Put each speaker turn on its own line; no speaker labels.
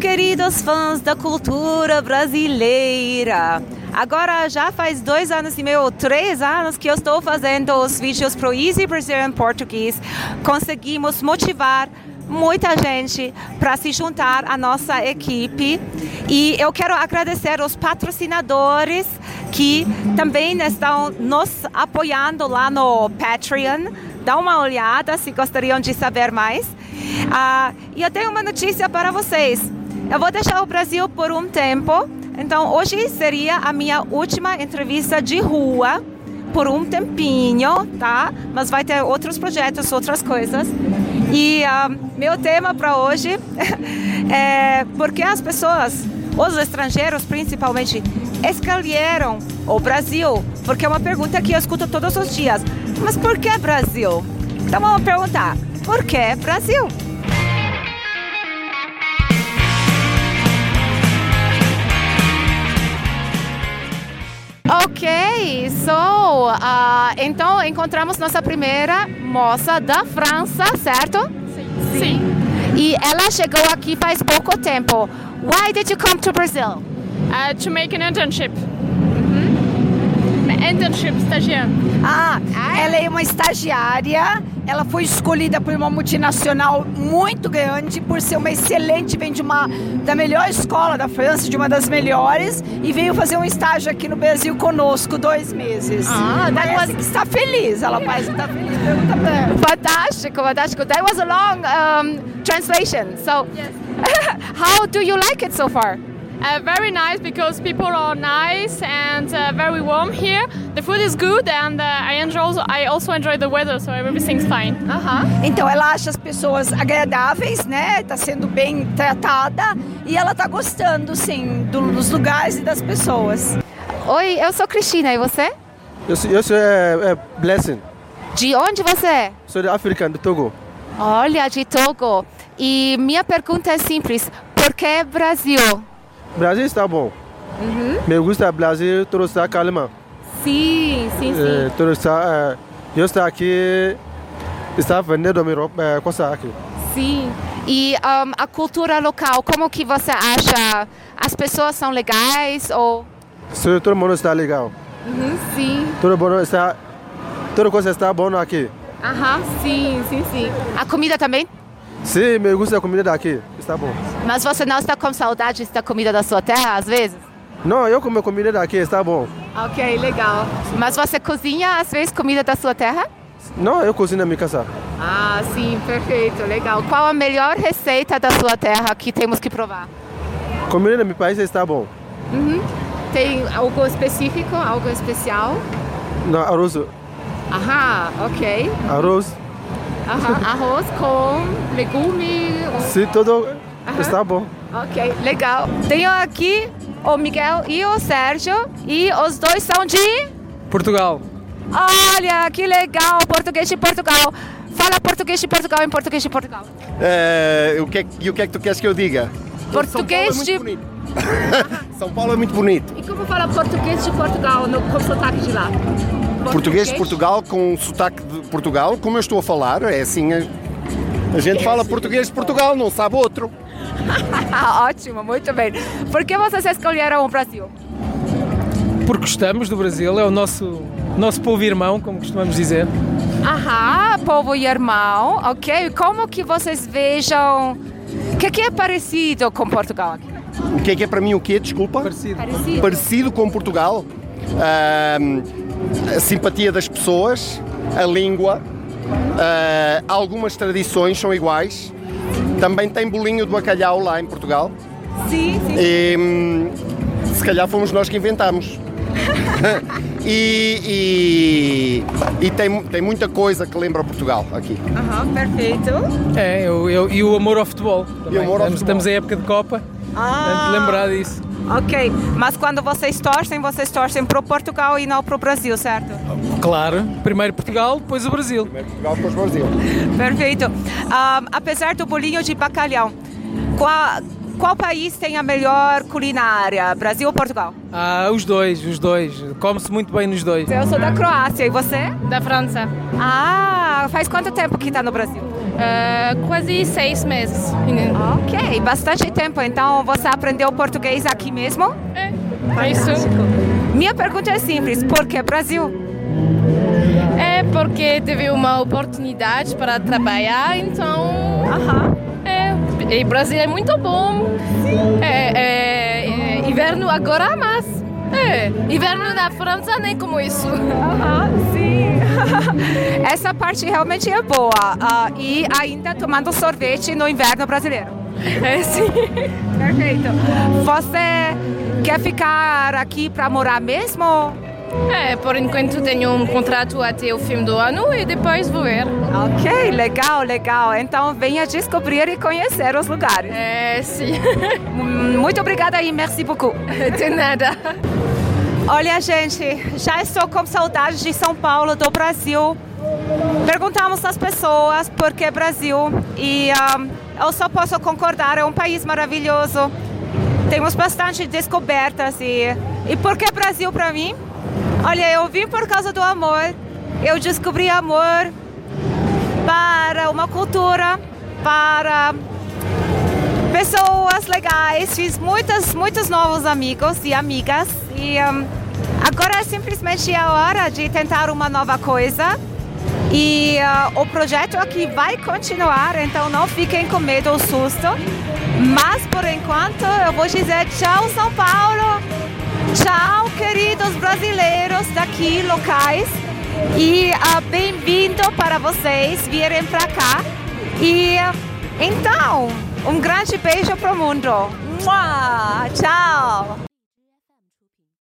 queridos fãs da cultura brasileira! Agora já faz dois anos e meio, ou três anos que eu estou fazendo os vídeos pro Easy Brazilian Português. Conseguimos motivar muita gente para se juntar à nossa equipe e eu quero agradecer os patrocinadores que também estão nos apoiando lá no Patreon. Dá uma olhada se gostariam de saber mais. Ah, e eu tenho uma notícia para vocês. Eu vou deixar o Brasil por um tempo. Então, hoje seria a minha última entrevista de rua por um tempinho, tá? Mas vai ter outros projetos, outras coisas. E um, meu tema para hoje é porque as pessoas, os estrangeiros principalmente, escolheram o Brasil, porque é uma pergunta que eu escuto todos os dias. Mas por que Brasil? Então vamos perguntar, por que Brasil? Ok, so, ah, então encontramos nossa primeira moça da França, certo?
Sim. Sim.
E ela chegou aqui faz pouco tempo. Why did you come to Brazil?
Uh, to make an internship. Internship, estagiário.
Ah, ela é uma estagiária. Ela foi escolhida por uma multinacional muito grande por ser uma excelente, vem de uma da melhor escola da França, de uma das melhores, e veio fazer um estágio aqui no Brasil conosco dois meses.
Ah, that
Parece
was-
que está feliz. Ela parece que está feliz. Pergunta pra ela.
Fantástico, fantástico. That was a long um, translation. So, how do you like it so far?
Uh, very nice because people are nice and uh, very warm here. The food is good and uh, I enjoy. Also, I also enjoy the weather, so everything's fine.
Aham.
Então ela acha as pessoas agradáveis, né? Tá sendo bem tratada e ela tá gostando, sim, do- dos lugares e das pessoas.
Oi, eu sou Cristina e você?
Eu sou, eu sou é, é, eh, Blessing,
De onde você é?
sou de África, do Togo.
Olha, de Togo. E minha pergunta é simples: por que Brasil?
Brasil está bom. Me gusta Brasil, tudo está calma.
Sim, sim,
É, tudo está, é, eu estou aqui, está vendendo minha roupa, é, coisa aqui.
sim. E um, a cultura local, como que você acha? As pessoas são legais ou?
So, todo mundo está legal,
Sim.
todo mundo está, toda coisa está bom aqui.
Aham, sim, sim, sim. A comida também?
Sim, me gusta a comida daqui, está bom.
Mas você não está com saudades da comida da sua terra, às vezes?
Não, eu como comida daqui, está bom.
Ok, legal. Mas você cozinha, às vezes, comida da sua terra?
Não, eu cozinho na minha casa.
Ah, sim, perfeito, legal. Qual a melhor receita da sua terra que temos que provar? Uhum.
Comida no meu país está bom.
Tem algo específico, algo especial?
Não, arroz,
Aham, ok.
arroz,
Aham, arroz com legume.
sim, tudo está bom.
Ok, legal. Tenho aqui o Miguel e o Sérgio e os dois são de...
Portugal.
Olha, que legal, português de Portugal. Fala português de Portugal em português de Portugal.
Eh, o que é, que- e o que é que tu queres que eu diga?
Português
São Paulo
de-
é muito bonito. São Paulo é muito bonito.
E como fala português de Portugal no, com sotaque de lá?
Português de Portugal com um sotaque de Portugal, como eu estou a falar, é assim. A, a gente fala português de Portugal, não sabe outro.
Ah, ótimo, muito bem. Por que vocês escolheram o Brasil?
Porque gostamos do Brasil, é o nosso, nosso povo irmão, como costumamos dizer.
Aham, povo e irmão, ok. Como que vocês vejam... O que, que é parecido com Portugal aqui?
O que é que é para mim o quê? Desculpa?
Parecido.
Parecido.
Parecido com Portugal. Ahm, a simpatia das pessoas, a língua, ah, algumas tradições são iguais. Também tem bolinho de bacalhau lá em Portugal.
Sim, sim.
E, hum, se calhar fomos nós que inventámos. e e- e tem, tem muita coisa que lembra Portugal aqui.
Aham, perfeito.
É, eu, eu- e o amor ao futebol. Também.
E o amor ao
estamos,
futebol.
estamos em época de Copa,
Ah.
portanto, lembrar disso.
Ok, mas quando vocês torcem, vocês torcem pro Portugal e não pro Brasil, certo?
Claro, primeiro Portugal, depois o Brasil.
Portugal para os Brasil.
Perfeito. Ah, apesar do bolinho de bacalhau, qual, qual país tem a melhor culinária? Brasil ou Portugal?
Ah, os dois, os dois. Come-se muito bem nos dois.
Eu sou da Croácia e você?
Da França.
Ah, faz quanto tempo que está no Brasil?
ah, quase seis meses.
Ok, bastante tempo. Então você aprendeu português aqui mesmo?
É, é isso.
Minha pergunta é simples: por que Brasil?
É porque Eh, teve uma oportunidade para trabalhar, então. É, e Brasil é muito bom. É, é, é, inverno agora, mas. É, inverno na França nem como isso.
Aham, sim. Essa parte realmente é boa. Ah, e ainda tomando sorvete no inverno brasileiro.
É, sim.
Perfeito. Você quer ficar aqui para morar mesmo?
É, por enquanto tenho um contrato até o fim do ano e depois vou ver.
Ok, legal, legal. Então venha descobrir e conhecer os lugares.
É, sim.
Hum, Muito obrigada e merci beaucoup.
De nada.
Olha, gente, já estou com saudade de São Paulo, do Brasil. Perguntamos às pessoas por que Brasil e ahm, eu só posso concordar, é um país maravilhoso. Temos bastante descobertas e, e por que Brasil para mim? Olha, eu vim por causa do amor. Eu descobri amor para uma cultura, para pessoas legais, fiz muitas, muitos novos amigos e amigas e hum, agora é simplesmente a hora de tentar uma nova coisa e ah, o projeto aqui vai continuar, então não fiquem com medo ou susto, mas por enquanto eu vou dizer tchau São Paulo, tchau queridos brasileiros daqui locais e ah, bem-vindo para vocês virem para cá e ah, então um grande beijo pro mundo. Mua! Tchau!